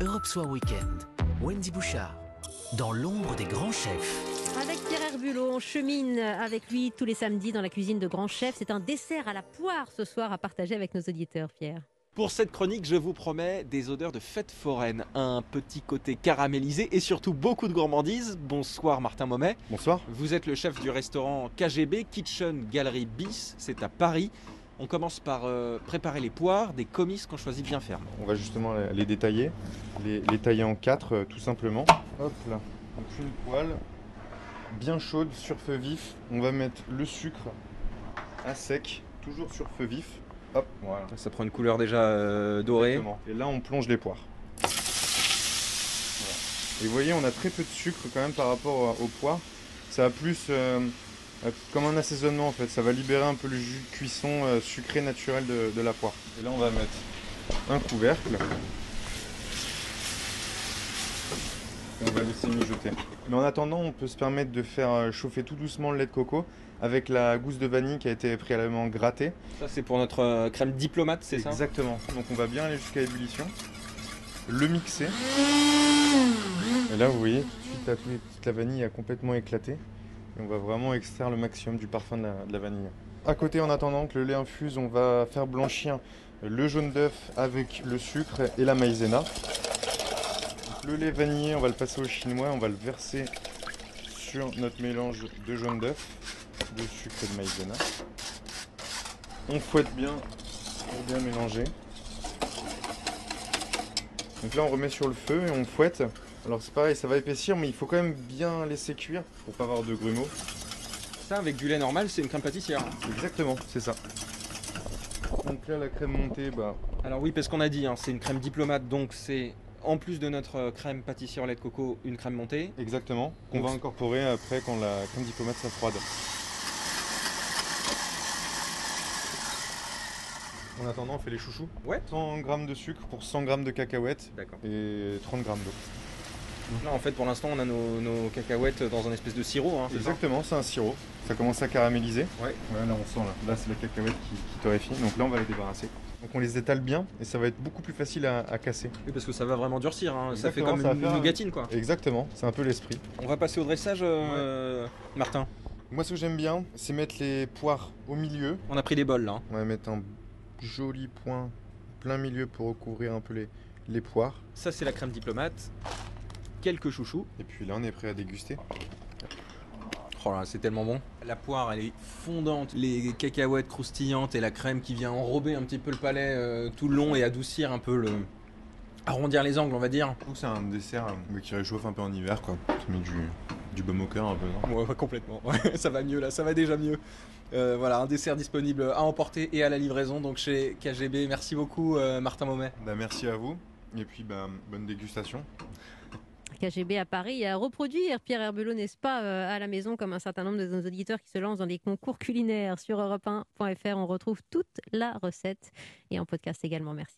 Europe Soir Weekend. Wendy Bouchard. Dans l'ombre des grands chefs. Avec Pierre Herbulot, on chemine avec lui tous les samedis dans la cuisine de Grand Chef. C'est un dessert à la poire ce soir à partager avec nos auditeurs, Pierre. Pour cette chronique, je vous promets des odeurs de fête foraine, un petit côté caramélisé et surtout beaucoup de gourmandise. Bonsoir Martin Momet. Bonsoir. Vous êtes le chef du restaurant KGB Kitchen Gallery Bis, c'est à Paris. On commence par euh, préparer les poires, des comices qu'on choisit bien fermes. On va justement les détailler, les, les tailler en quatre euh, tout simplement. Hop là. Donc une poêle bien chaude sur feu vif. On va mettre le sucre à sec, toujours sur feu vif. Hop, voilà. Ça prend une couleur déjà euh, dorée. Exactement. Et là on plonge les poires. Voilà. Et vous voyez, on a très peu de sucre quand même par rapport aux poires. Ça a plus euh, euh, comme un assaisonnement en fait. Ça va libérer un peu le jus de cuisson euh, sucré naturel de, de la poire. Et là on va mettre un couvercle. Et on va laisser mijoter. Mais en attendant, on peut se permettre de faire euh, chauffer tout doucement le lait de coco avec la gousse de vanille qui a été préalablement grattée. Ça c'est pour notre euh, crème diplomate, c'est ça Exactement. Donc on va bien aller jusqu'à ébullition, le mixer. Et là, vous voyez, toute la, toute la vanille a complètement éclaté. Et on va vraiment extraire le maximum du parfum de la, de la vanille. À côté, en attendant que le lait infuse, on va faire blanchir le jaune d'œuf avec le sucre et la maïzena. Donc Le lait vanillé, on va le passer au chinois, on va le verser sur notre mélange de jaune d'œuf, de sucre et de maïzena. On fouette bien pour bien mélanger. Donc là, on remet sur le feu et on fouette. Alors c'est pareil, ça va épaissir, mais il faut quand même bien laisser cuire pour pas avoir de grumeaux. Ça avec du lait normal, c'est une crème pâtissière. Exactement, c'est ça. Donc là, la crème montée, bah, Alors oui, parce qu'on a dit, hein, c'est une crème diplomate, donc c'est en plus de notre euh, crème pâtissière au lait de coco, une crème montée. exactement, qu'on va Donc- incorporer après quand la crème diplomate s'affroide. En attendant, on fait les chouchous. Ouais. 100 g de sucre pour 100 g de cacahuètes D'accord. et 30 g d'eau. Là, en fait, pour l'instant, on a nos, nos cacahuètes dans un espèce de sirop. hein, c'est ça Exactement, c'est un sirop. Ça commence à caraméliser. Ouais. là on sent là. Là c'est la cacahuète qui, qui torréfie. Donc là on va les débarrasser. Donc on les étale bien et ça va être beaucoup plus facile à, à casser. Oui, parce que ça va vraiment durcir. hein, Ça fait Exactement, comme ça va une faire un- nougatine, quoi. Exactement, c'est un peu l'esprit. On va passer au dressage, euh, Martin. Moi ce que j'aime bien, c'est mettre les poires au milieu. On a pris des bols, hein. là. On va mettre un joli point plein milieu pour recouvrir un peu les, les poires. Ça, c'est la crème diplomate. Quelques chouchous. Et puis là on est prêt à déguster. Oh là, c'est tellement bon. La poire, elle est fondante. Les cacahuètes croustillantes et la crème qui vient enrober un petit peu le palais euh, tout le long et adoucir un peu le. arrondir les angles, on va dire. Je trouve que c'est un dessert euh, mais qui réchauffe un peu en hiver quoi. Ça met du, du baume au cœur un peu. non Ouais, ouais, complètement. Ouais, ça va mieux là, ça va déjà mieux. Euh, voilà, un dessert disponible à emporter et à la livraison, donc chez KGB. Merci beaucoup, euh, Martin Momet. Bah, merci à vous. Et puis bah, bonne dégustation. KGB à Paris et à reproduire, Pierre Herbulot, n'est-ce pas, euh, à la maison, comme un certain nombre de nos auditeurs qui se lancent dans les concours culinaires sur europe1.fr. On retrouve toute la recette et en podcast également. Merci.